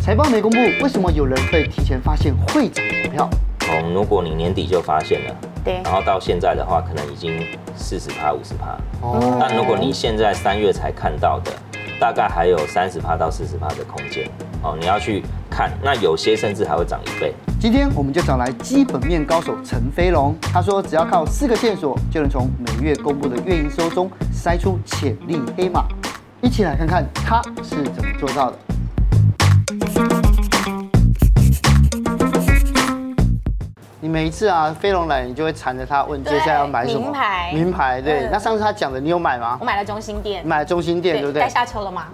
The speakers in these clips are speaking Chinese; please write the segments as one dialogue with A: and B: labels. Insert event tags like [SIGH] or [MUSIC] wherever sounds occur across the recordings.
A: 财报没公布，为什么有人会提前发现会涨的股票？
B: 从如果你年底就发现了，
C: 对
B: 然后到现在的话，可能已经四十趴、五十趴。
A: 哦，
B: 但如果你现在三月才看到的，大概还有三十趴到四十趴的空间哦，你要去看。那有些甚至还会涨一倍。
A: 今天我们就找来基本面高手陈飞龙，他说只要靠四个线索，就能从每月公布的月营收中筛出潜力黑马。一起来看看他是怎么做到的。你每一次啊，飞龙来，你就会缠着他问接下来要买什么
C: 名牌
A: 名牌对
C: 嗯。
A: 那上次他讲的，你有买吗
C: 我？买了中心店，
A: 买了中心店，对不对嗯
C: 该？下车了嘛。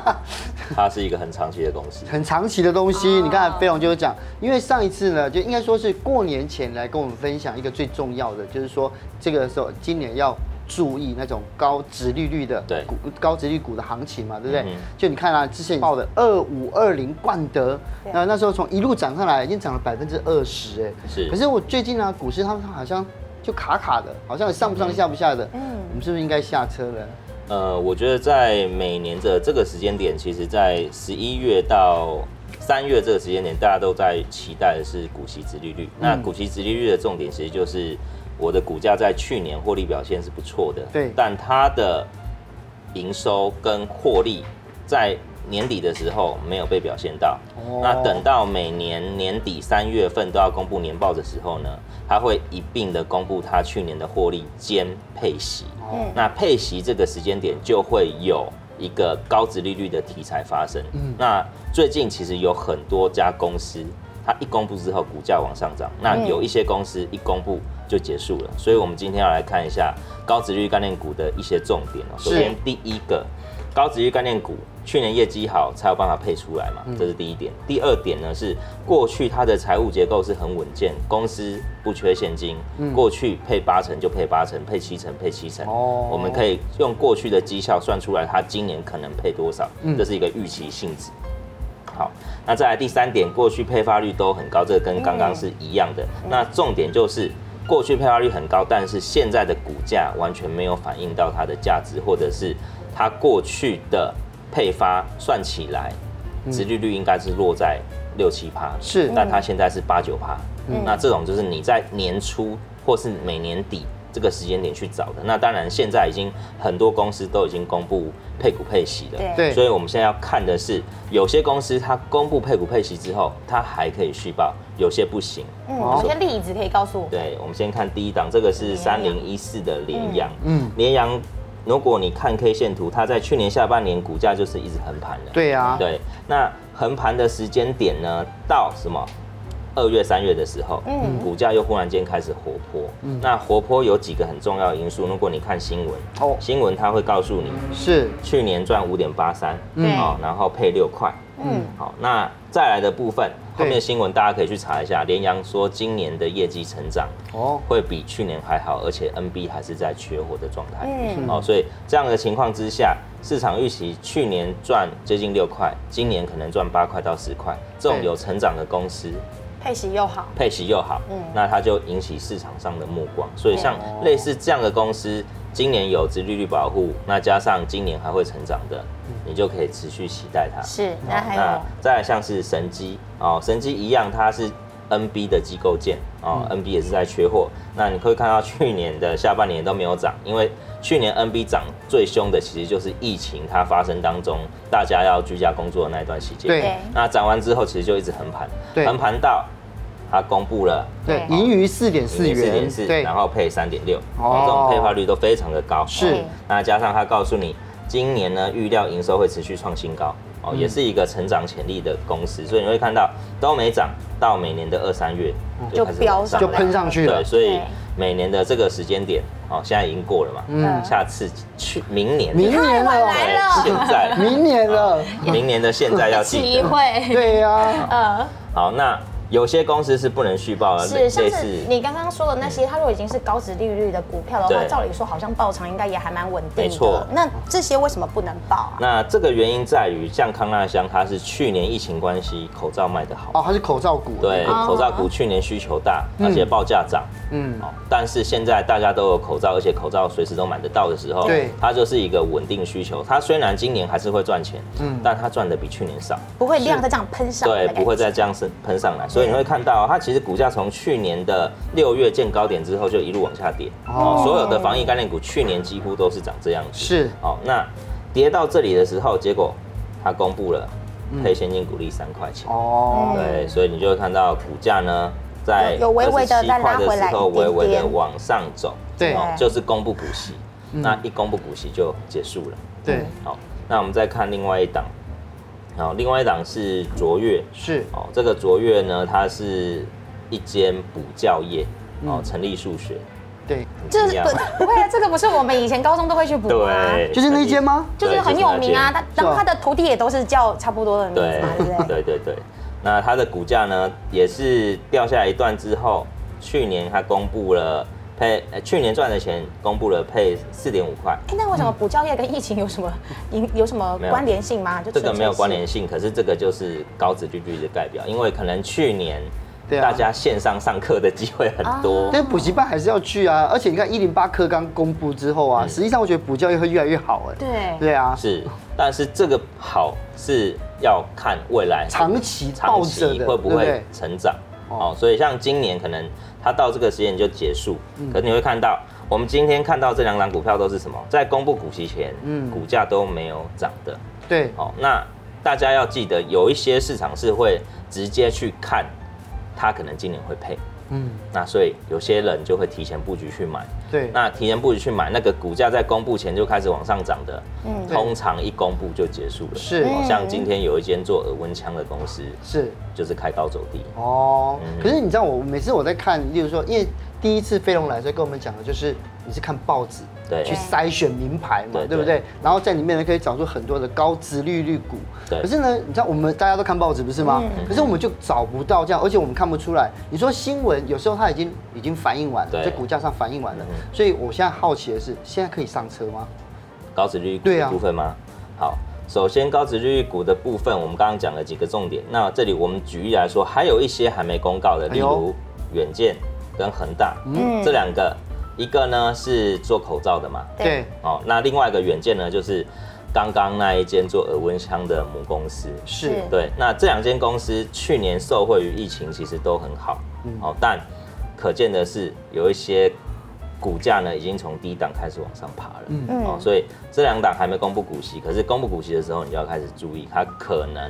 A: [LAUGHS]
B: 它是一个很长期的东西。
A: 很长期的东西。
C: 哦
A: 你看飞龙就是讲，因为上一次呢，就应该说是过年前来跟我们分享一个最重要的，就是说这个时候今年要。注意那种高值利率的
B: 对
A: 股、高值利股的行情嘛，对不对？
B: 嗯哼
A: 就你看啊，之前报的二五二零冠德，
C: 对
A: 那那时候从一路涨上来，已经涨了百分之二十，哎，
B: 是
A: 可是我最近啊，股市它们好像就卡卡的，好像上不上下不下的，嗯，我们是不是应该下车了？
B: 呃，我觉得在每年的这个时间点，其实在十一月到三月这个时间点，大家都在期待的是股息值利率。
A: 嗯
B: 那股息值利率的重点其实就是我的股价在去年获利表现是不错的，
A: 对
B: 但它的营收跟获利在年底的时候没有被表现到。
A: 哦
B: 那等到每年年底三月份都要公布年报的时候呢，它会一并的公布它去年的获利兼配息。
C: 嗯，
B: 那配息这个时间点就会有一个高值利率的题材发生。嗯，那最近其实有很多家公司，它一公布之后股价往上涨，那有一些公司一公布就结束了。所以我们今天要来看一下高值率概念股的一些重点哦。
A: 是
B: 首先第一个，高值率概念股去年业绩好才有办法配出来嘛，这是第一点。第二点呢是过去它的财务结构是很稳健，公司不缺现金，过去配八成就配八成，配七成配七成。
A: 哦
B: 我们可以用过去的绩效算出来它今年可能配多少，
A: 嗯
B: 这是一个预期性质。好，那再来第三点，过去配发率都很高，这个跟刚刚是一样的。
A: 嗯
B: 那重点就是过去配发率很高，但是现在的股价完全没有反映到它的价值，或者是它过去的配发算起来，殖利率应该是落在六七趴，
A: 嗯是
B: 但它现在是八九趴。那这种就是你在年初或是每年底。这个时间点去找的，那当然现在已经很多公司都已经公布配股配息了，
C: 对
A: 对
B: 所以我们现在要看的是，有些公司它公布配股配息之后，它还可以续报，有些不行。
C: 嗯，有些例子可以告诉我。
B: 对，我们先看第一档，这个是三零一四的联阳。嗯，联阳，如果你看 K 线图，它在去年下半年股价就是一直横盘的。
A: 对啊，
B: 对，那横盘的时间点呢，到什么？二月、三月的时候，嗯，股价又忽然间开始活泼。嗯，那活泼有几个很重要的因素，如果你看新闻，
A: 哦嗯
B: 新闻它会告诉你，
A: 是
B: 去年赚五点八三，
C: 对
B: 哦，然后配六块，嗯，好，那再来的部分，后面
A: 对
B: 的新闻大家可以去查一下。联阳说今年的业绩成长
A: 哦，
B: 会比去年还好，而且 NB 还是在缺货的状态，嗯，哦，所以这样的情况之下，市场预期去年赚接近六块，今年可能赚八块到十块，这种
A: 对
B: 有成长的公司，
C: 配息又好，
B: 配息又好，那它就引起市场上的目光。所以像类似这样的公司，今年有殖利率保护，那加上今年还会成长的，你就可以持续期待它。
C: 是，那
A: 哎
C: 还
B: 那
C: 有
B: 再来像是神机哦，神机一样，它是 NB 的机构件哦、n
A: 嗯
B: b 也是在缺货。那你会看到去年的下半年都没有涨，因为去年 NB 涨最凶的其实就是疫情它发生当中，大家要居家工作的那一段期间。
A: 对
C: 对
B: 那涨完之后，其实就一直横盘，
A: 对
B: 横盘到它公布了
A: 对，
C: 对
A: 盈余四点四
B: 四
A: 元
B: 点，四，
A: 对
B: 然，后配三点六，
A: 哦
B: 这种配发率都非常的高。
A: 是
B: 哦那加上它告诉你，今年呢预料营收会持续创新高，
C: 嗯
B: 哦，也是一个成长潜力的公司，所以你会看到都没涨，到每年的二三月
C: 嗯就
B: 开始
C: 飙
B: 往
C: 上
A: 就
C: 来
B: 了
A: 喷上去了
B: 对，。所以
C: 对
B: 每年的这个时间点，哦，现在已经过了嘛，
C: 嗯
B: 下次去明年的，
A: 明
C: 哎
A: 年了哦，
C: 来了
B: 对现在， [LAUGHS]
A: [LAUGHS] 明年了，
C: [LAUGHS]
B: 明年的现在要记
C: 期
B: 得。
C: 会，
A: 对呀、
C: 呃，
B: 好，那有些公司是不能续报的，啊
C: 是，像
B: 类
C: 是
B: 似
C: 你刚刚说的那些，它如果已经是高值利率的股票的话，
B: 对
C: 照理说好像报偿应该也还蛮稳定的。
B: 没错
C: 那这些为什么不能报啊？
B: 那这个原因在于，像康纳香，它是去年疫情关系口罩卖得好，
A: 哦，它是口罩股，
B: 对，
C: 哦
B: 口罩股去年需求大，
A: 嗯
B: 而且报价涨。
A: 嗯，
B: 哦但是现在大家都有口罩，而且口罩随时都买得到的时候，
A: 对
B: 它就是一个稳定需求。它虽然今年还是会赚钱，
A: 嗯
B: 嗯，但它赚的比去年少，
C: 不会量再这样喷上来
B: 对
C: 的，感觉
B: 不会再这样升喷上来。所以你会看到，它其实股价从去年的六月见高点之后就一路往下跌。
A: 哦
B: 哦，所有的防疫概念股去年几乎都是长这样子。
A: 是
B: 哦，那跌到这里的时候，结果它公布了配现金股利三块钱。
A: 哦，
B: 对，所以你就会看到股价呢，在
C: 有有微微地
B: 27
C: 再拉
B: 块
C: 回来
B: 的时候，
C: 一点
B: 微微的
C: 点
B: 往上走，
A: 对
B: 哦就是公布股息，
A: 嗯
B: 那一公布股息就结束了。
A: 对，
B: 好，那我们再看另外一档，好，另外一档是卓越，
A: 是
B: 哦，这个卓越呢，它是一间补教业，
A: 嗯
B: 哦，成立数学，
A: 对，
C: 这
B: 很
C: 是
B: 惊讶吗
C: 不 [LAUGHS] 不会啊，这个不是我们以前高中都会去补的啊，
B: 对，
A: 就是那一间吗
C: 就是很有名啊。
B: 对
C: 他然后他的徒弟也都是叫差不多的名字
B: 对
C: 嘛，对不对？
B: 对对对，那它的股价呢也是掉下来一段之后，去年它公布了配，呃去年赚的钱公布了配四点五块，
C: 哎，那为什么补教业跟疫情有什么有有什么
B: 嗯没有
C: 关联性吗？就
B: 这个
C: 纯粹
B: 没有
C: 是
B: 关联性，可是这个就是高值利率的代表，因为可能去年
A: 对啊
B: 大家线上上课的机会很多。
A: 但补习班还是要去啊，而且你看一零八课纲公布之后
B: 嗯
A: 啊，实际上我觉得补教育会越来越好哎，
C: 对
A: 对啊，
B: 是，但是这个好是要看未来
A: 长期
B: 长
A: 抱着
B: 期
A: 的，
B: 会不
A: 对不
B: 会
A: 对？
B: 成长？
A: 哦
B: 哦，所以像今年可能它到这个时间就结束，
A: 嗯
B: 可是你会看到，我们今天看到这两档股票都是什么？在公布股息前，
A: 嗯
B: 股价都没有涨的。
A: 对，
B: 哦，那大家要记得，有一些市场是会直接去看它可能今年会配，
A: 嗯，
B: 那所以有些人就会提前布局去买。
A: 对，
B: 那提前布局去买，那个股价在公布前就开始往上涨的，
C: 嗯
B: 通常一公布就结束了。
A: 是
B: 哦
C: 嗯
B: 像今天有一间做耳温枪的公司，
A: 是。
B: 就是开高走低。
A: 哦，
B: 嗯
A: 可是你知道我每次我在看，例如说，因为第一次飞龙来的时候跟我们讲的就是你是看报纸
B: 对
A: 去筛选名牌嘛，
B: 对
A: 对不
B: 对
A: 对？然后在里面呢可以找出很多的高值利率股。
B: 对嗯
A: 可是呢，你知道我们大家都看报纸不是吗？
C: 嗯
A: 可是我们就找不到这样，而且我们看不出来。你说新闻有时候它已经已经反映完了，
B: 对
A: 在股价上反映完了
B: 嗯，
A: 所以我现在好奇的是，现在可以上车吗？
B: 高值率股
A: 对啊
B: 的部分吗？好，首先高值率股的部分，我们刚刚讲了几个重点。那这里我们举例来说，还有一些还没公告的，
A: 哎
B: 例
A: 呦
B: 如远见跟恒大，
C: 嗯
B: 这两个，一个呢是做口罩的嘛，
C: 对
A: 对，
B: 哦，那另外一个远见呢就是刚刚那一间做耳温枪的母公司。
A: 是
C: 是
B: 对，那这两间公司去年受惠于疫情，其实都很好，
A: 嗯
B: 哦，但可见的是，有一些股价呢已经从低档开始往上爬了，
A: 嗯
B: 哦，
C: 嗯，
B: 所以这两档还没公布股息，可是公布股息的时候，你就要开始注意，它可能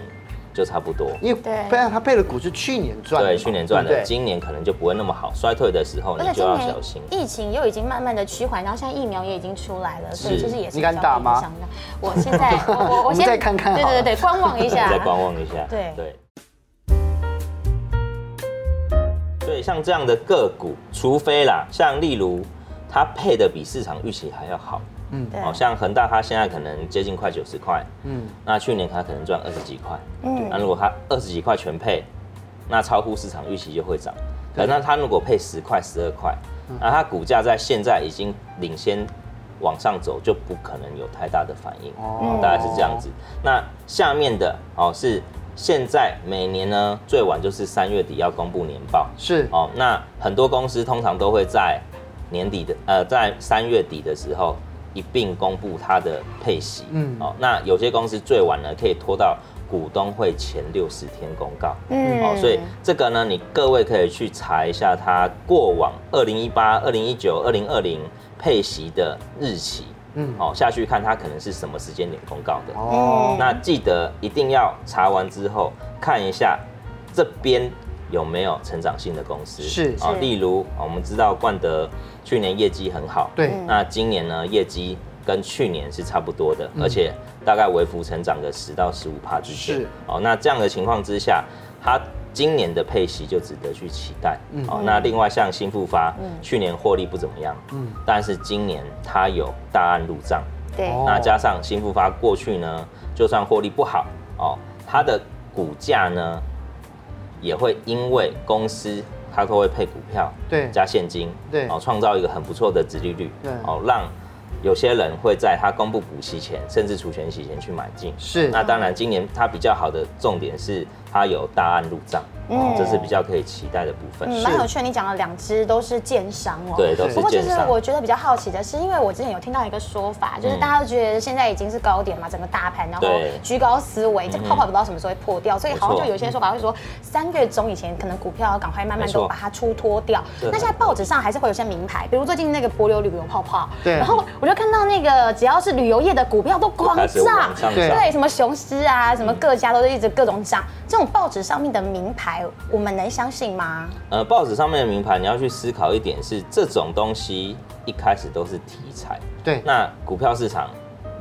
B: 就差不多，
A: 因为
C: 对
A: 不然它配的股是去年赚的嘛，
B: 对，去年赚
A: 对
B: 的，
A: 不对
B: 今年可能就不会那么好，衰退的时候
C: 而
B: 你就
C: 且今
B: 要
C: 年
B: 小心。
C: 疫情又已经慢慢的趋缓，然后现在疫苗也已经出来了，所以
B: 是
C: 其实也是
A: 你敢
C: 比较
A: 打
C: 影
A: 吗
C: 响的。我现在
A: [LAUGHS]
C: 我我
A: 我们
C: 先
A: 再看看好
C: 对
A: 了
C: 对对对，观望一
B: 你
C: 下。
B: 再观望一下。
C: 对
B: 对。所以像这样的个股，除非啦，像例如它配的比市场预期还要好，
A: 嗯
C: 对
B: 好像恒大它现在可能接近快九十块，
A: 嗯，
B: 那去年它可能赚二十几块，
C: 嗯
B: 那如果它二十几块全配，那超乎市场预期就会涨。可那它如果配十块、十二块，那它股价在现在已经领先往上走，就不可能有太大的反应。
A: 哦
B: 大概是这样子。那下面的哦是现在每年呢最晚就是三月底要公布年报
A: 是
B: 哦。那很多公司通常都会在年底的呃在三月底的时候一并公布它的配息。
A: 嗯
B: 嗯哦，那有些公司最晚呢可以拖到股东会前六十天公告。
C: 嗯
B: 哦，所以这个呢，你各位可以去查一下它过往二零一八、二零一九、二零二零配息的日期，
A: 嗯
B: 嗯，哦，下去看它可能是什么时间点公告的。
C: 嗯
A: 哦，
B: 那记得一定要查完之后看一下这边有没有成长性的公司，
A: 是
B: 啊、
C: 是
B: 例如、哦我们知道冠德去年业绩很好，
A: 对，
C: 嗯
B: 那今年呢业绩跟去年是差不多的，
A: 嗯
B: 而且大概微幅成长个十到十五帕之间。
A: 是
B: 哦，那这样的情况之下，它今年的配息就值得去期待。哦，那另外像新复发，去年获利不怎么样，
A: 嗯
B: 嗯，但是今年它有大案入账，
C: 对
A: 哦
B: 那加上新复发过去呢，就算获利不好哦，它的股价呢也会因为公司它都会配股票，
A: 对
B: 加现金，
A: 对
B: 哦，创造一个很不错的殖利率，
A: 对
B: 哦，让有些人会在它公布股息前，甚至除权息前去买进。
A: 是
B: 那当然，今年它比较好的重点是它有大案入账，哦
C: 嗯
B: 这是比较可以期待的部分。
C: 嗯，蛮有趣的。你讲的两只都是建商哦。
B: 对，都
A: 是
B: 是
C: 不过其
B: 建
C: 实
B: 商。
C: 我觉得比较好奇的是，因为我之前有听到一个说法，
B: 嗯
C: 就是大家都觉得现在已经是高点嘛，整个大盘，然后
B: 对
C: 居高思危，这个泡泡不知道什么时候会破掉，所以好
B: 嗯
C: 像
B: 没错
C: 就有些说法会说，三月中以前可能股票要赶快慢慢
B: 没
C: 都
B: 错
C: 把它出脱掉。
B: 嗯对
C: 那现在报纸上还是会有些名牌，比如最近那个博流旅游泡泡，
A: 对
C: 然后我就看到那个只要是旅游业的股票都狂
B: 开始
C: 涨
B: 往，上
A: 对
B: 涨，
C: 对，什么雄狮啊，
B: 嗯
C: 什么各家都是一直各种涨，这种报纸上面的名牌，我们能相信吗？
B: 呃，报纸上面的名牌，你要去思考一点是，这种东西一开始都是题材，
A: 对，
B: 那股票市场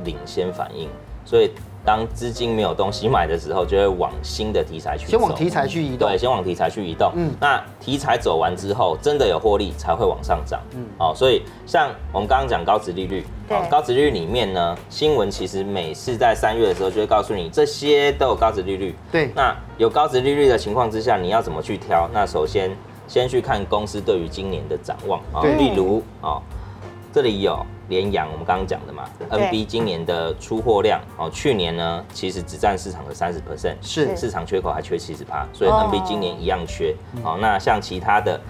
B: 领先反应，所以当资金没有东西买的时候，就会往新的题材去走，
A: 先往题材去移动
B: 对，，先往题材去移动。
A: 嗯
B: 嗯，那题材走完之后，真的有获利才会往上涨。嗯，哦，所以像我们刚刚讲高值利率，哦
C: 对
B: 高值利率里面呢，新闻其实每次在三月的时候就会告诉你，这些都有高值利率。
A: 对
B: 那有高值利率的情况之下，你要怎么去挑？那首先先去看公司对于今年的展望啊、
A: 对
B: 例如啊、哦，这里有联阳，我们刚刚讲的嘛
C: 对
B: ，NB 今年的出货量哦，去年呢其实只占市场的三十 percent，
A: 是
B: 市场缺口还缺七十趴，所以
C: 哦
B: NB 今年一样缺。好、那像其他的。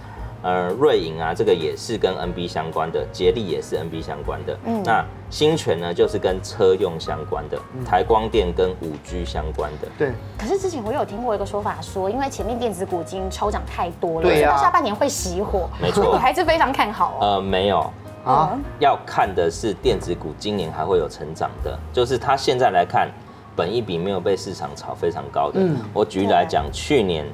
B: 呃，瑞银啊，这个也是跟 NB 相关的，捷力也是 NB 相关的。
C: 嗯
B: 那新泉呢，就是跟车用相关的，台光电跟五 G 相关的。
A: 对，
C: 可是之前我有听过一个说法说，因为前面电子股已经抽涨太多了，
A: 对
C: 所以
A: 呀
C: 到下半年会熄火。
B: 没错
C: 你还是非常看好哦。
B: 呃，没有，
A: 啊，
C: 嗯
B: 要看的是电子股今年还会有成长的，就是它现在来看，本益比没有被市场炒非常高的。
A: 嗯
B: 我举例
C: 啊
B: 来讲，去年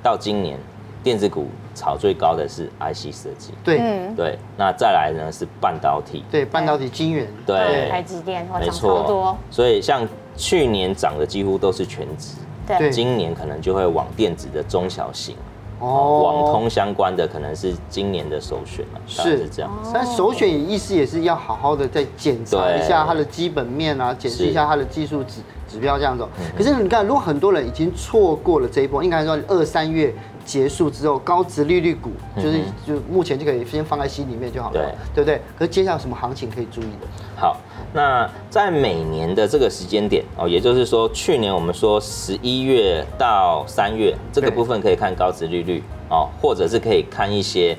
B: 到今年，电子股炒最高的是 IC 设计，
A: 对
C: 嗯，
B: 对，那再来呢是半导体，
A: 对，半导体晶圆，
B: 对，
C: 台积电哇
B: 没
C: 涨超
B: 错
C: 多，，哦
B: 所以像去年涨的几乎都是全值，
A: 对
B: 今年可能就会往电子的中小型、
A: 哦
B: 网通相关的，可能是今年的首选嘛，大概
A: 是
B: 是这样
C: 哦
B: 子。
A: 但首选意思也是要好好的再检查一下它的基本面啊，检视一下它的技术指指标这样子哦。
B: 嗯
A: 可是你看，如果很多人已经错过了这一波，应该说二三月结束之后，高值利率股
B: 嗯
A: 就是就目前就可以先放在心里面就好了，对不对？可是接下来有什么行情可以注意的？
B: 好，那在每年的这个时间点哦，也就是说，去年我们说十一月到三月这个
A: 对
B: 部分可以看高值利率哦，或者是可以看一些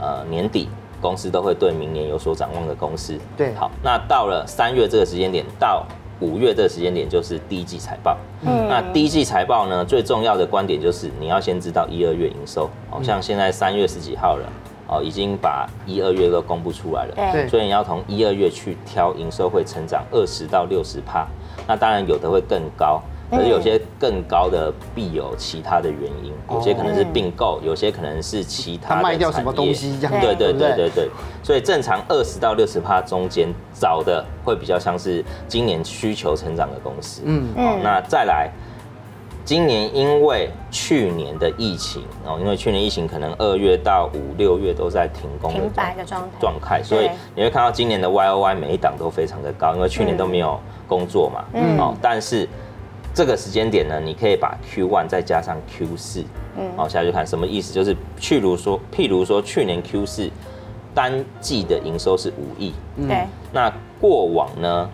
B: 呃年底公司都会对明年有所展望的公司。
A: 对
B: 好，那到了三月这个时间点到。五月这个时间点就是第一季财报，
C: 嗯
B: 嗯，那第一季财报呢，最重要的观点就是你要先知道一二月营收，哦，
A: 嗯
B: 像现在三月十几号了，哦，已经把一二月都公布出来了，
C: 对
A: 对
B: 所以你要从一二月去挑营收会成长二十到六十趴，那当然有的会更高，可是有些更高的必有其他的原因，有些可能是并购，有些可能是其他
A: 它
B: 的
A: 哦卖掉
B: 产
A: 什么
B: 业
A: 东西这样子？
B: 对对
A: 不
B: 对对对，所以正常二十到六十趴中间找的会比较像是今年需求成长的公司，
A: 嗯
B: 哦，那再来，今年因为去年的疫情哦，因为去年疫情可能二月到五六月都在停工的
C: 停摆
B: 状
C: 的状态
B: 状态，所以
C: 对
B: 你会看到今年的 Y O Y 每一档都非常的高，因为去年都没有工作嘛，
C: 嗯
B: 哦，但是。这个时间点呢，你可以把 Q one 再加上 Q 四，嗯，好、下去看什么意思？就是譬如说，譬如说去年 Q 四单季的营收是五亿，
C: 对，
B: 那过往呢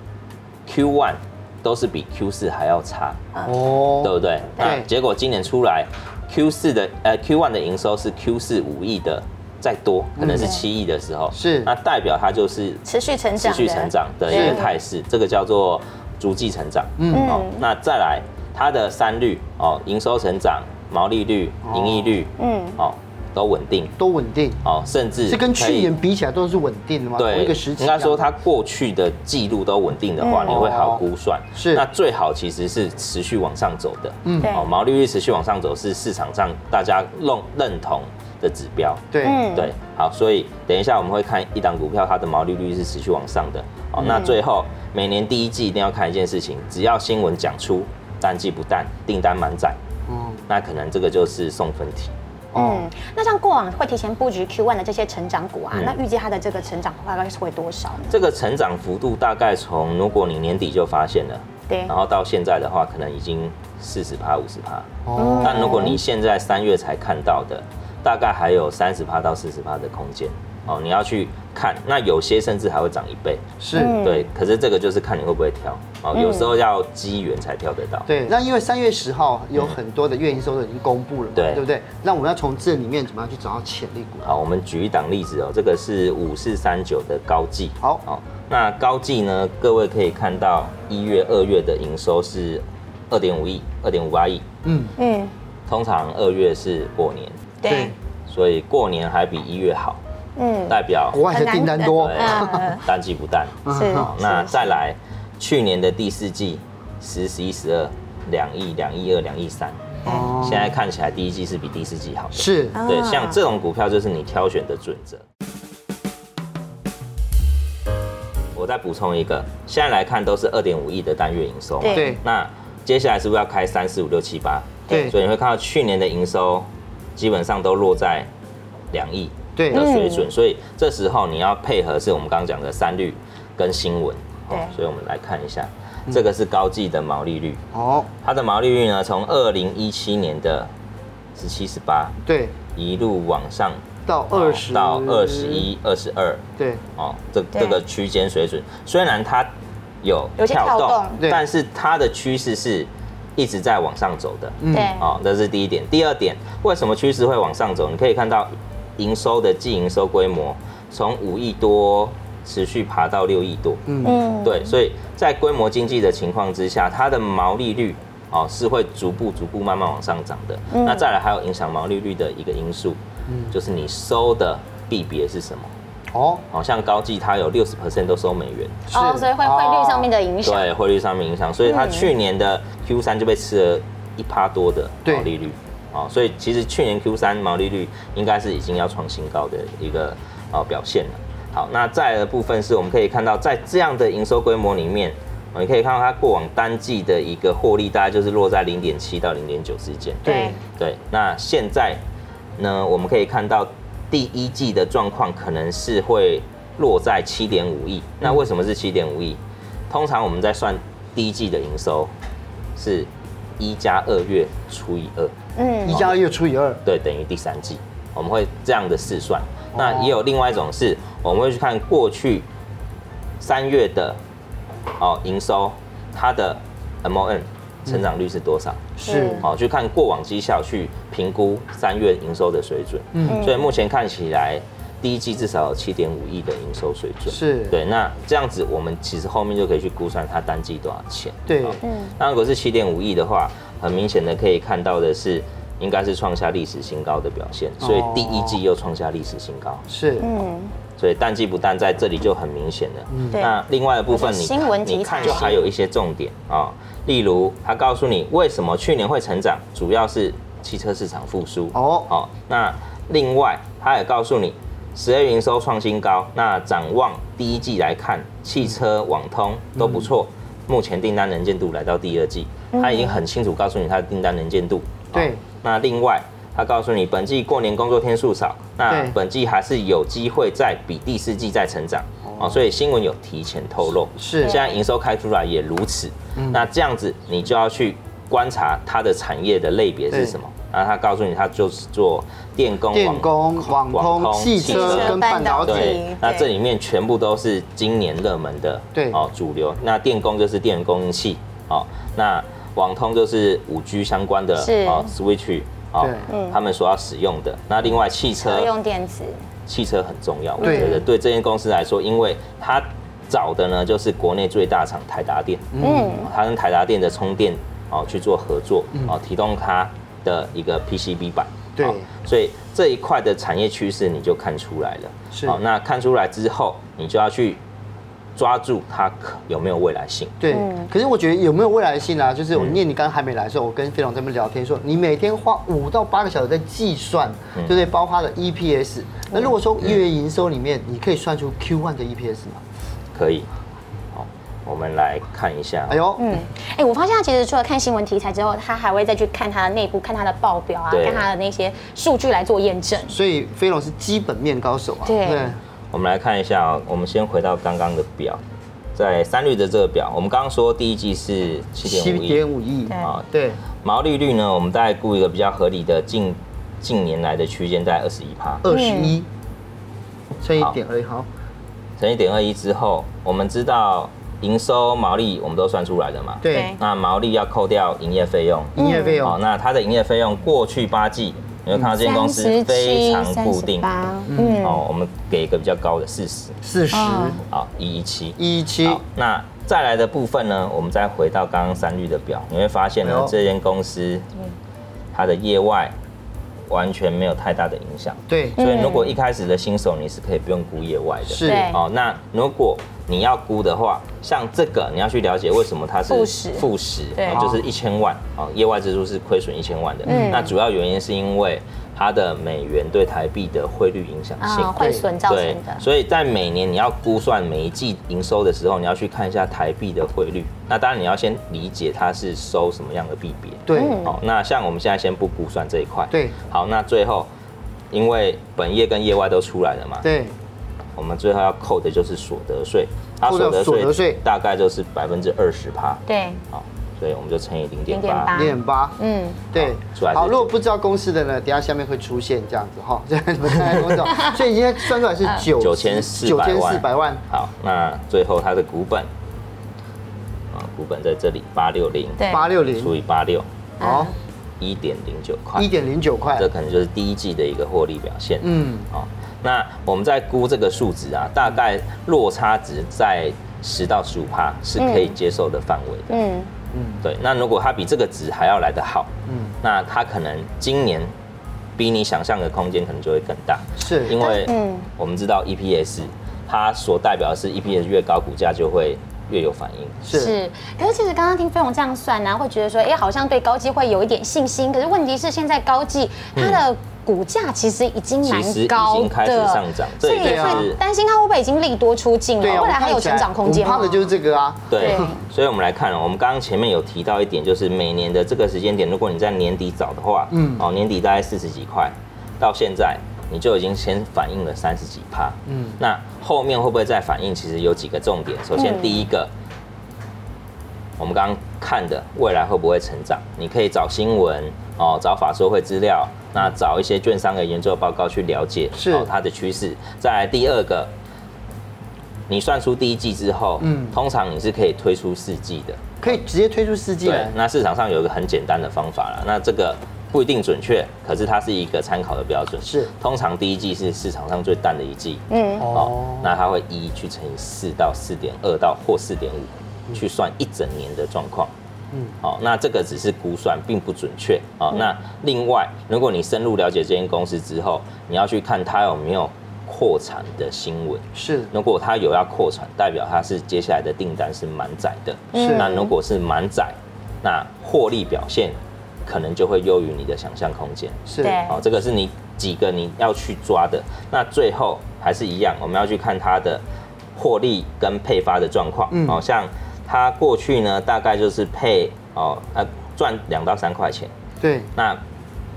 B: ，Q one 都是比 Q 四还要差，对
C: 嗯
A: 哦，
B: 不对？
A: 对
B: 那结果今年出来，Q 四的呃 Q one 的营收是 Q 四五亿的再多，可能是七亿的时候，
A: 嗯是
B: 那代表它就是
C: 持续成长
B: 持续
C: 的，
B: 成长的一个态势，这个叫做逐季成长。嗯，哦，那再来它的三率哦，营收成长、毛利率、盈利率，嗯，哦，都稳定
A: 都稳定，
B: 哦，甚至
A: 是跟
B: 可
A: 去
B: 以
A: 年比起来都是稳定的吗？同
B: 对，
A: 一个时期啊这
B: 应
A: 样
B: 该
A: 子？
B: 说它过去的记录都稳定的话，
C: 嗯
B: 你会好估算。
A: 是
B: 那最好其实是持续往上走的。嗯，
C: 对
B: 哦，毛利率持续往上走是市场上大家认认同的指标。
A: 对，
C: 嗯
B: 对，好，所以等一下我们会看一档股票它的毛利率是持续往上的。
A: 嗯
B: 哦，那最后每年第一季一定要看一件事情，只要新闻讲出淡季不淡，订单满载，
A: 嗯，
B: 那可能这个就是送分题。
A: 哦，
C: 嗯，那像过往会提前布局 Q1 的这些成长股啊，
B: 嗯
C: 那预计它的这个成长大概是会多少呢？
B: 这个成长幅度大概从如果你年底就发现了，
C: 对
B: 然后到现在的话，可能已经四十趴、五十趴。
C: 嗯
A: 哦，
B: 但如果你现在三月才看到的，大概还有三十趴到四十趴的空间哦，你要去看。那有些甚至还会涨一倍，
A: 是。
C: 嗯
B: 对。可是这个就是看你会不会挑哦，有时候要机缘才挑得到。
A: 嗯对，那因为三月十号有很多的月营收都已经公布了嘛，
B: 对
A: 对不对？那我们要从这里面怎么样去找到潜力股？
B: 好，我们举一档例子哦，这个是五四三九的高技。
A: 好
B: 哦，那高技呢，各位可以看到一月、二月的营收是二点五亿、二点五八亿，
A: 嗯，
C: 嗯，
B: 通常二月是过年，
C: 对，
B: 所以过年还比一月好，
C: 嗯，
B: 代表
A: 国外的订单多
B: 对，
C: 嗯
B: 淡季不淡。
C: 是
B: [LAUGHS] 好，那
C: 是
B: 再来，去年的第四季十、十一、十二，两亿、两亿二、两亿三，
A: 哦
B: 现在看起来第一季是比第四季好的。
A: 是
C: 啊
B: 嗯对，像这种股票就是你挑选的准则。我再补充一个，现在来看都是二点五亿的单月营收嘛，
C: 对
A: 对
B: 那接下来是不是要开三四五六七八？
A: 对
B: 所以你会看到去年的营收基本上都落在两亿
A: 对
B: 的水
C: 嗯
B: 准，所以这时候你要配合是我们刚刚讲的三率跟新闻，哦
C: 对
B: 所以我们来看一下，这个是高技的毛利率，
A: 哦，
B: 它的毛利率呢从二零一七年的十七十八
A: 对，
B: 一路往上哦
A: 到二十
B: 到二十，一、二十二
A: 对，
B: 哦，这
C: 对
B: 这个区间水准，虽然它有
C: 有些跳动
A: 对
B: 但是它的趋势是一直在往上走的。
A: 嗯
C: 对
B: 哦，这是第一点。第二点，为什么趋势会往上走？你可以看到营收的净营收规模从五亿多持续爬到六亿多。
A: 嗯，
C: 嗯，
B: 对，所以在规模经济的情况之下，它的毛利率哦是会逐步逐步慢慢往上涨的。那再来还有影响毛利率的一个因素，就是你收的币别是什么？
A: 哦，
B: 好、像高技它有六十 percent 都收美元，
A: 是
C: 哦，所以会汇率上面的影响，
B: 对汇率上面影响，所以它
C: 嗯
B: 去年的 Q 三就被吃了一趴多的
A: 对
B: 毛利率。哦，所以其实去年 Q 三毛利率应该是已经要创新高的一个呃表现了。好，那再来的部分是我们可以看到，在这样的营收规模里面，哦你可以看到它过往单季的一个获利大概就是落在零点七到零点九之间。
A: 对，
B: 对，那现在呢，我们可以看到第一季的状况可能是会落在七点五亿。
A: 嗯
B: 那为什么是七点五亿？通常我们在算第一季的营收是一加二月除以二，
A: 一
C: 嗯，
A: 加一除以二，
B: 对，等于第三季，我们会这样的试算。那
A: 哦
B: 也有另外一种是，我们会去看过去三月的哦营收，它的 M O N 成长率是多少？
A: 是
C: 嗯
B: 好、去看过往绩效去评估三月营收的水准。
A: 嗯
B: 嗯，所以目前看起来，第一季至少有七点五亿的营收水准。
A: 是
B: 对，那这样子我们其实后面就可以去估算它单季多少钱。
A: 对，
C: 嗯
B: 那如果是七点五亿的话，很明显的可以看到的是，应该是创下历史新高的表现，所
A: 哦
B: 以第一季又创下历史新高，
A: 是，
C: 嗯，
B: 所以淡季不淡在这里就很明显了。
A: 嗯
C: 对，
B: 那另外的部分
C: 而且
B: 你
C: 新闻题材
B: 你看就还有一些重点啊、例如他告诉你为什么去年会成长，主要是汽车市场复苏
A: 哦
B: 哦，那另外他也告诉你十二营收创新高，那展望第一季来看，汽车、网通
A: 嗯
B: 都不错，目前订单能见度来到第二季，
C: 嗯
B: 他已经很清楚告诉你他的订单能见度。哦
A: 对
B: 那另外。他告诉你，本季过年工作天数少，那
A: 对
B: 本季还是有机会再比第四季再成长哦，所以新闻有提前透露。
A: 是嗯
B: 现在营收开出来也如此。那这样子，你就要去观察它的产业的类别是什么。然后他告诉你，他就是做电工、
A: 电
B: 网
A: 工、网
B: 网
A: 通、
B: 通
A: 汽
B: 汽
A: 车
B: 车
A: 跟半导
C: 半导
A: 体
C: 体，
B: 对，那这里面全部都是今年热门的，
A: 对
B: 哦，主流。那电工就是电源供应器，哦，那网通就是五 G 相关的
C: 是
B: 哦，Switch 哦
A: 对，
B: 他们所要使用的。那另外汽车
C: 车用电子，
B: 汽车很重要，我
A: 对
B: 觉得对这间公司来说，因为它找的呢就是国内最大厂台达电，嗯，它跟台达电的充电哦去做合作，哦提供它的一个 PCB 板，
A: 嗯对
B: 哦所以这一块的产业趋势你就看出来了，
A: 是
B: 哦，那看出来之后，你就要去抓住它可有没有未来性，
A: 对，
C: 嗯
A: 可是我觉得有没有未来性啊？就是我
B: 嗯
A: 念你刚刚还没来的时候，我跟飞龙在那边聊天说，你每天花五到八个小时在计算，
B: 嗯
A: 对不对？包括它的
C: 嗯
A: EPS。那如果说一月营收里面，你可以算出 Q1 的 E EPS 吗？
B: 可以，好，我们来看一下，
A: 哎呦，
C: 哎、我发现他其实除了看新闻题材之后，他还会再去看他的内部，看他的报表啊，
B: 对
C: 看他的那些数据来做验证。
A: 所以飞龙是基本面高手啊。
C: 对
B: 我们来看一下、哦，我们先回到刚刚的表，在三率的这个表，我们刚刚说第一季是七
A: 七
B: 点五亿
A: 点五亿，
C: 对
B: 啊，
A: 对，
B: 毛利率呢，我们大概估一个比较合理的近近年来的区间，在二十一趴，
A: 二十
C: 嗯
A: 一乘以
B: 好
A: 点二，好，
B: 乘以点二一之后，我们知道营收毛利我们都算出来了嘛，
A: 对
C: 对，
B: 那毛利要扣掉营业费用，
A: 营业费哦
B: 好，
A: 用
B: 那它的营业费用过去八季，你会看到这间公司非常固定，
C: 八，嗯，
B: 哦，我们给一个比较高的四十，
A: 四十
C: 哦
B: 好，一一七，
A: 一七，
B: 好，那再来的部分呢，我们再回到刚刚三率的表，你会发现
A: 哎
B: 呢
A: 呦，
B: 这间公司
C: 嗯
B: 它的业外完全没有太大的影响，
A: 对，
C: 嗯
B: 所以如果一开始的新手你是可以不用估业外的，
A: 是
C: 对
B: 哦，那如果你要估的话，像这个你要去了解为什么它是
C: 负十
B: 负十，
C: 对
B: 哦就是一千万哦，业外支出是亏损一千万的。
C: 嗯
B: 那主要原因是因为它的美元对台币的汇率影响性。
C: 啊，汇损造成
B: 对，
C: 的，
B: 所以在每年你要估算每一季营收的时候，你要去看一下台币的汇率。那当然你要先理解它是收什么样的币别。
A: 对，
C: 嗯
B: 好、那像我们现在先不估算这一块。
A: 对，
B: 好，那最后因为本业跟业外都出来了嘛，
A: 对，
B: 我们最后要扣的就是所得税，它
A: 扣掉所得税
B: 大概就是百分之二十趴，
C: 对，
B: 好，所以我们就乘以零点八
C: 0.8，
A: 零点八，
C: 嗯，
A: 对
B: 出来，
A: 好，
B: 是
A: 如果不知道公式的呢，等一下下面会出现这样子哈， [LAUGHS] 这样你们看看公式哦，所以今天算出来是
C: 嗯
A: 九
B: 9400
A: 九
B: 万
A: 千四百万，
B: 好，那最后它的股本，啊，股本在这里八六零，
C: 对，嗯
A: 八六
B: 除
A: 零，
B: 以八六，
A: 好，
B: 一点零九块
A: 一，点零九块
B: 这，可能就是第一季的一个获利表现。
A: 嗯，
B: 好，那我们在估这个数值啊，大概落差值在十到十五趴是可以
A: 嗯
B: 接受的范围的。
C: 嗯，
B: 对，那如果它比这个值还要来得好，
A: 嗯
B: 嗯，那它可能今年比你想象的空间可能就会更大，
A: 是
B: 因为
C: 嗯
B: 我们知道 EPS 它所代表的是 EPS 越高，股价就会越有反应。
A: 是，
C: 是，可是其实刚刚听飞鸿这样算呢、会觉得说，哎、好像对高技会有一点信心。可是问题是，现在高技
A: 嗯
C: 它的股价其实已经蛮
B: 其实已
C: 高
B: 经
C: 的，
B: 开始上涨，这
C: 所
B: 已
C: 以
B: 经
A: 对啊
B: 是
C: 会担心它会不会已经利多出尽了，
A: 对啊，
C: 未来
A: 我
C: 还有
A: 看起来
C: 成长空间
A: 我
C: 吗？
A: 怕的就是这个啊，
B: 对
C: 对，
B: 所以我们来看哦，我们刚刚前面有提到一点，就是每年的这个时间点，如果你在年底找的话，
A: 嗯
B: 嗯，哦，年底大概四十几块，到现在你就已经先反映了三十几趴，
A: 嗯
B: 嗯，那后面会不会再反映？其实有几个重点，首先
C: 嗯
B: 第一个。我们刚刚看的未来会不会成长？你可以找新闻哦，找法说会资料，那找一些券商的研究报告去了解
A: 是
B: 哦它的趋势。再来第二个，你算出第一季之后，
A: 嗯
B: 嗯，通常你是可以推出四季的。
A: 可以直接推出四季
B: 对
A: 来，，
B: 那市场上有一个很简单的方法了，那这个不一定准确，可是它是一个参考的标准。
A: 是
B: 通常第一季是市场上最淡的一季，
C: 嗯，
B: 哦，那它会一去乘以四到四点二到或四点五，去算一整年的状况。
A: 嗯
B: 嗯，好、那这个只是估算，并不准确哦。那另外，如果你深入了解这间公司之后，你要去看它有没有扩产的新闻。
A: 是
B: 如果它有要扩产，代表它是接下来的订单是满载的。
A: 嗯是
B: 那如果是满载，那获利表现可能就会优于你的想象空间。
A: 是，
C: 对
B: 好、这个是你几个你要去抓的。那最后还是一样，我们要去看它的获利跟配发的状况。
A: 嗯
B: 好、像它过去呢，大概就是配哦，呃，赚两到三块钱。
A: 对
B: 那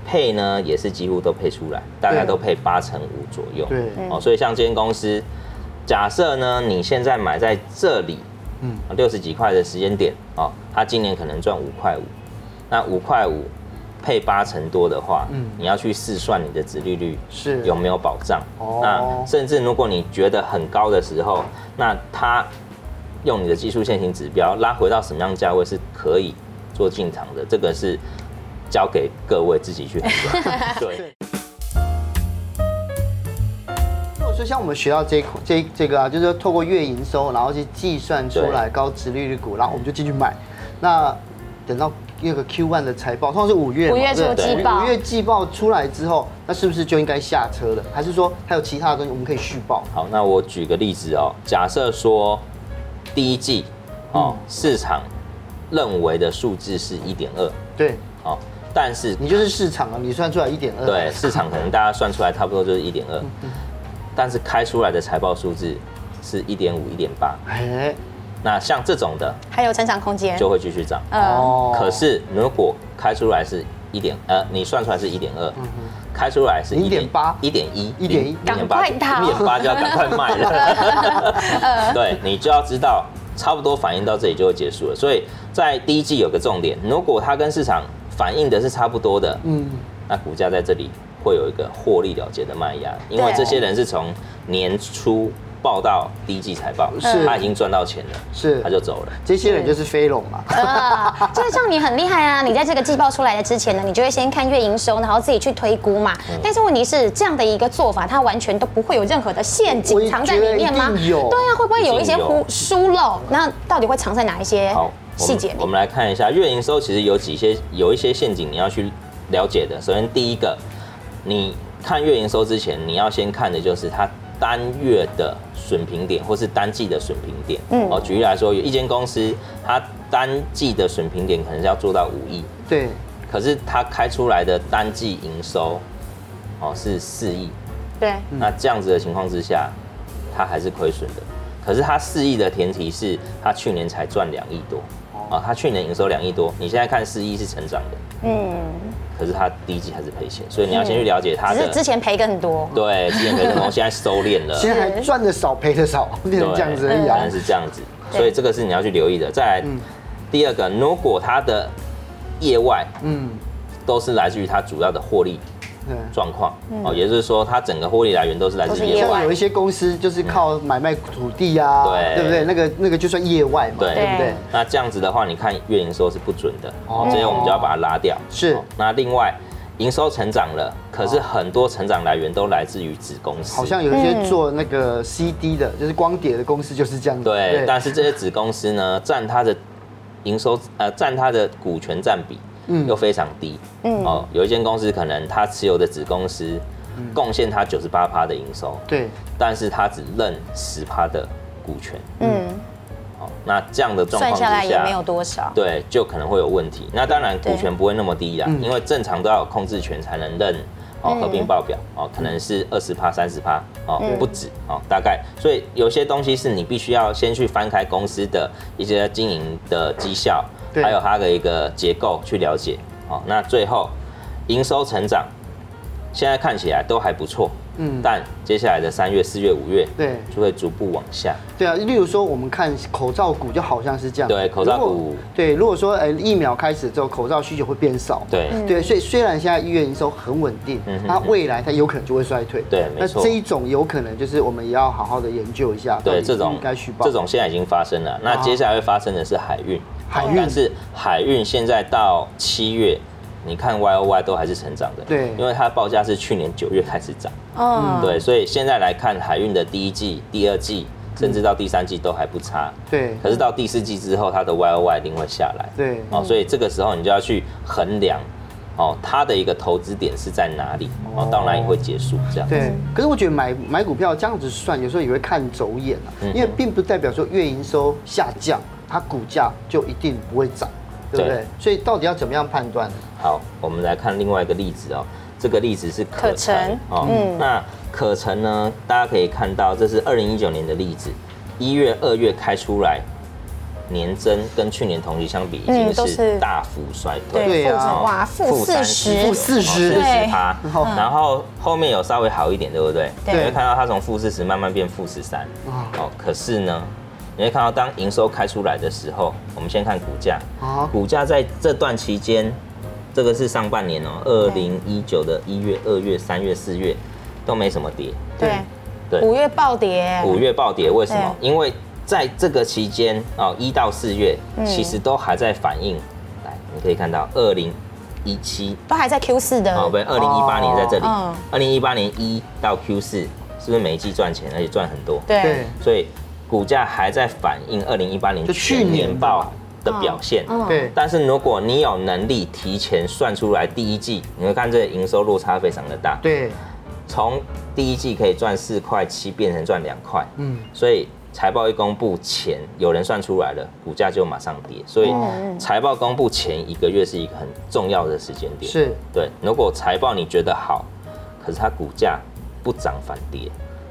B: 配呢也是几乎都配出来，大概
A: 对
B: 都配八成五左右。
A: 对，
B: 哦，所以像这间公司，假设呢你现在买在这里，
A: 嗯
B: 嗯，六十几块的时间点哦，它今年可能赚五块五，那五块五配八成多的话，
A: 嗯
B: 嗯，你要去试算你的殖利率
A: 是
B: 有没有保障。
A: 哦
B: 那甚至如果你觉得很高的时候，那它用你的技术线型指标拉回到什么样价位是可以做进场的，这个是交给各位自己去衡
A: [LAUGHS]
B: 量。对。
A: 如果说像我们学到这一块这这个啊，就是说透过月营收，然后去计算出来高值利率股，然后我们就进去买。那等到那个 Q one 的财报，通常是五月嘛，
C: 五月
A: 对不
C: 初
A: 对
C: 季报
A: 五月季报出来之后，那是不是就应该下车了？还是说还有其他的东西我们可以续报？
B: 好，那我举个例子哦，假设说第一季哦、市场认为的数字是一点二
A: 对
B: 哦，但是
A: 你就是市场啊，你算出来一点二，
B: 对市场可能大家算出来差不多就是一点二，但是开出来的财报数字是一点五、一点八，
A: 哎，
B: 那像这种的
C: 还有成长空间，
B: 就会继续涨。
A: 哦
C: 呃，
B: 可是如果开出来是一点呃，你算出来是一点二，开出来是
A: 0.8
B: 一嗯点一、
A: 1.1
B: 一
C: 赶快逃
B: [LAUGHS] 一点八就要赶快卖了。对，你就要知道差不多反映到这里就会结束了。所以在第一季有个重点，如果它跟市场反映的是差不多的，
A: 嗯，
B: 那股价在这里会有一个获利了结的卖压，因为
C: 对
B: 这些人是从年初报到第一季财报，
A: 是
B: 他已经赚到钱了，
A: 是
B: 他就走了。
A: 这些人就是飞龙嘛。
B: [LAUGHS]
C: 呃，就是像你很厉害啊！你在这个季报出来的之前呢，你就会先看月营收，然后自己去推估嘛。
B: 嗯
C: 但是问题是，这样的一个做法，它完全都不会有任何的陷
A: 我
C: 阱
A: 也
C: 藏在里面吗？
A: 觉得一定
C: 对
A: 有
C: 啊，会不会有一些
B: 一定有
C: 忽疏漏？那到底会藏在哪一些
B: 好，我
C: 哎细
B: 们
C: 节里
B: 我？们来看一下月营收，其实有几些有一些陷阱你要去了解的。首先第一个，你看月营收之前，你要先看的就是它单月的损平点，或是单季的损平点。
C: 嗯
B: 哦，举例来说，有一间公司它单季的损平点可能是要做到五亿，
C: 嗯
A: 对，
B: 可是它开出来的单季营收哦是四亿，
C: 对，
B: 那这样子的情况之下，它还是亏损的。可是它四亿的前提是它去年才赚两亿多，
A: 哦
B: 啊，它去年营收两亿多，你现在看四亿是成长的，
C: 嗯，
B: 可是它第一季还是赔钱，所以你要先去了解它
C: 只是
B: 的
C: 嗯之前赔更多。
B: 对之前赔的东西，现在收敛了，
A: [LAUGHS] 现在还赚的少赔的少， [LAUGHS] 变成这样子而已
B: 当
A: 啊
B: 然。是这样子，
C: 对
B: 所以这个是你要去留意的。再来
A: 嗯
B: 第二个，如果它的业外
A: 嗯，
B: 都是来自于它主要的获利
A: 对。
B: 状况，哦，也就是说它整个获利来源都是来
C: 嗯都
B: 自
C: 是
B: 业
C: 业外
B: 外。
A: 像有一些公司就是靠买卖土地啊，
B: 对
A: 对不对？那个那个就算业外嘛，
B: 对
A: 对不对
C: 对？
B: 那这样子的话，你看月营收是不准的，
A: 哦
B: 所以我们就要把它拉掉。
A: 是哦
B: 哦那另外，营收成长了，可是很多成长来源都来自于子公司。
A: 好像有一些做那个 CD 的，就是光碟的公司就是这样子。
B: 对，但是这些子公司呢，占它的营收呃，占它的股权占比
A: 嗯
B: 又非常低。
C: 嗯
B: 哦，有一间公司可能它持有的子公司贡献它九十八趴的营收，
A: 嗯对，
B: 但是它只认十趴的股权。
C: 嗯，
B: 哦，那这样的状况
C: 算
B: 之下，
C: 下来也没有多少。
B: 对，就可能会有问题。那当然，
C: 对
B: 股权不会那么低
A: 嗯
B: 啦，因为正常都要有控制权才能认哦合并报表哦，可能是二十趴、三十趴哦，不止哦，大概。所以有些东西是你必须要先去翻开公司的一些经营的绩效，
A: 对
B: 还有它的一个结构去了解哦。那最后营收成长，现在看起来都还不错，
A: 嗯，
B: 但接下来的三月、四月、五月
A: 对
B: 就会逐步往下。
A: 对啊。例如说，我们看口罩股就好像是这样，
B: 对口罩股
A: 如果对，如果说呃疫苗开始之后，口罩需求会变少，
B: 对，
A: 对，所以虽然现在医院营收很稳定
B: 嗯，哼
A: 那未来它有可能就会衰退。
B: 对没
A: 那
B: 错
A: 这一种有可能就是我们也要好好的研究一下，到
B: 对，
A: 底
B: 这种
A: 应该续报
B: 这种现在已经发生了。那
A: 啊
B: 接下来会发生的是海运，
A: 海运
B: 但是海运现在到七月，你看 Y O Y 都还是成长的，
A: 对啊
B: 因为它报价是去年九月开始涨，
C: 嗯，
B: 对，所以现在来看海运的第一季、第二季，甚至到第三季都还不差，
A: 对
B: 可是到第四季之后，它的 Y O Y 一定会下来，
A: 嗯对
B: 哦，所以这个时候你就要去衡量，哦，它的一个投资点是在哪里，哦，到哪里会结束这样子，
A: 对，可是我觉得买买股票这样子算，有时候也会看走眼啊，因为并不代表说月营收下降，它股价就一定不会涨，对不对
B: 对？
A: 所以到底要怎么样判断呢？
B: 好，我们来看另外一个例子哦。这个例子是可
C: 可
B: 成
C: 成嗯
B: 哦，那可成呢，大家可以看到，这是二零一九年的例子，一月、二月开出来，年增跟去年同期相比，已
C: 嗯
B: 经
C: 都
B: 是
C: 是
B: 大幅衰退。哦
A: 对
C: 对，负
A: 啊
C: 哇负四
A: 负
C: 十，
A: 40
B: 四
C: 对
B: 十趴，
A: 后
B: 然后后面有稍微好一点，对不对？
C: 嗯对
B: 你会看到它从负四十慢慢变负十三，
A: 啊
B: 哦，可是呢，你会看到当营收开出来的时候，我们先看股价，
A: 啊，
B: 股价在这段期间，这个是上半年哦，二零一九的一月、二月、三月、四月都没什么跌，
C: 对
B: 对
C: 五月暴跌，
B: 五月暴跌，为什么？
C: 对
B: 因为在这个期间哦，一到四月
C: 嗯
B: 其实都还在反映，来，你可以看到二零一七
C: 都还在 Q 四的，
B: 哦，不是二零一八年在这里
C: 嗯，
B: 二零一八年一到 Q 四是不是每一季赚钱，而且赚很多？
A: 对
C: 对，
B: 所以股价还在反映二零一八年
A: 就去
B: 全
A: 年
B: 年报的表现。
C: 嗯
A: 对
B: 但是如果你有能力提前算出来第一季，你会看这个营收落差非常的大，
A: 对，
B: 从第一季可以赚四块七变成赚两块，
A: 嗯，
B: 所以财报一公布前有人算出来了，股价就马上跌，所以
A: 嗯
B: 财报公布前一个月是一个很重要的时间点。
A: 是
B: 对，如果财报你觉得好，可是它股价不涨反跌，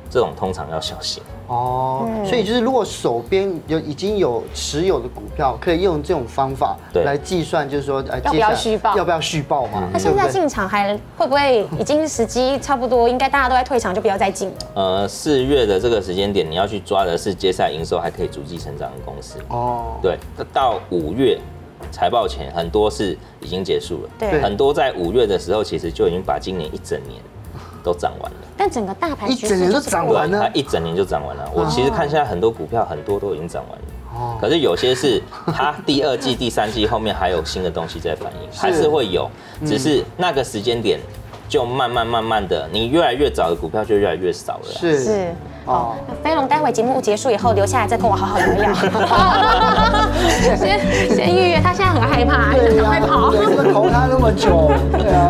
B: 这种通常要小心。
A: 哦，所以就是如果手边有已经有持有的股票，可以用这种方法
B: 对
A: 来计算，就是说，呃，
C: 要不要续报
A: 要不要续报嘛？
C: 那现在
A: 对不对
C: 进场还会不会已经时机差不多？应该大家都在退场，就不要再进了。
B: 呃，四月的这个时间点，你要去抓的是接下来营收还可以逐季成长的公司。
A: 哦，
B: 对，到到五月财报前，很多是已经结束了。
C: 对
B: 很多在五月的时候，其实就已经把今年一整年都涨完了。
C: 但整个大盘
A: 一
C: 局势
A: 整年都
C: 就是
A: 涨
B: 对
A: 完了
B: 它一整年就涨完了。我其实看现在很多股票，很多都已经涨完了。
A: 哦
B: 可是有些是它第二季、第三季后面还有新的东西在反应，还是会有，只是那个时间点就慢慢慢慢的，你越来越早的股票就越来越少了啊。
A: 是
C: 是。
A: 哦，
C: 那飞龙，待会节目结束以后留下来再跟我好好聊一 [LAUGHS] 聊。先先预约，他现在很害怕，
A: 对
C: 赶
A: 呀
C: 快跑，。
A: 对这个投他那么久，对啊。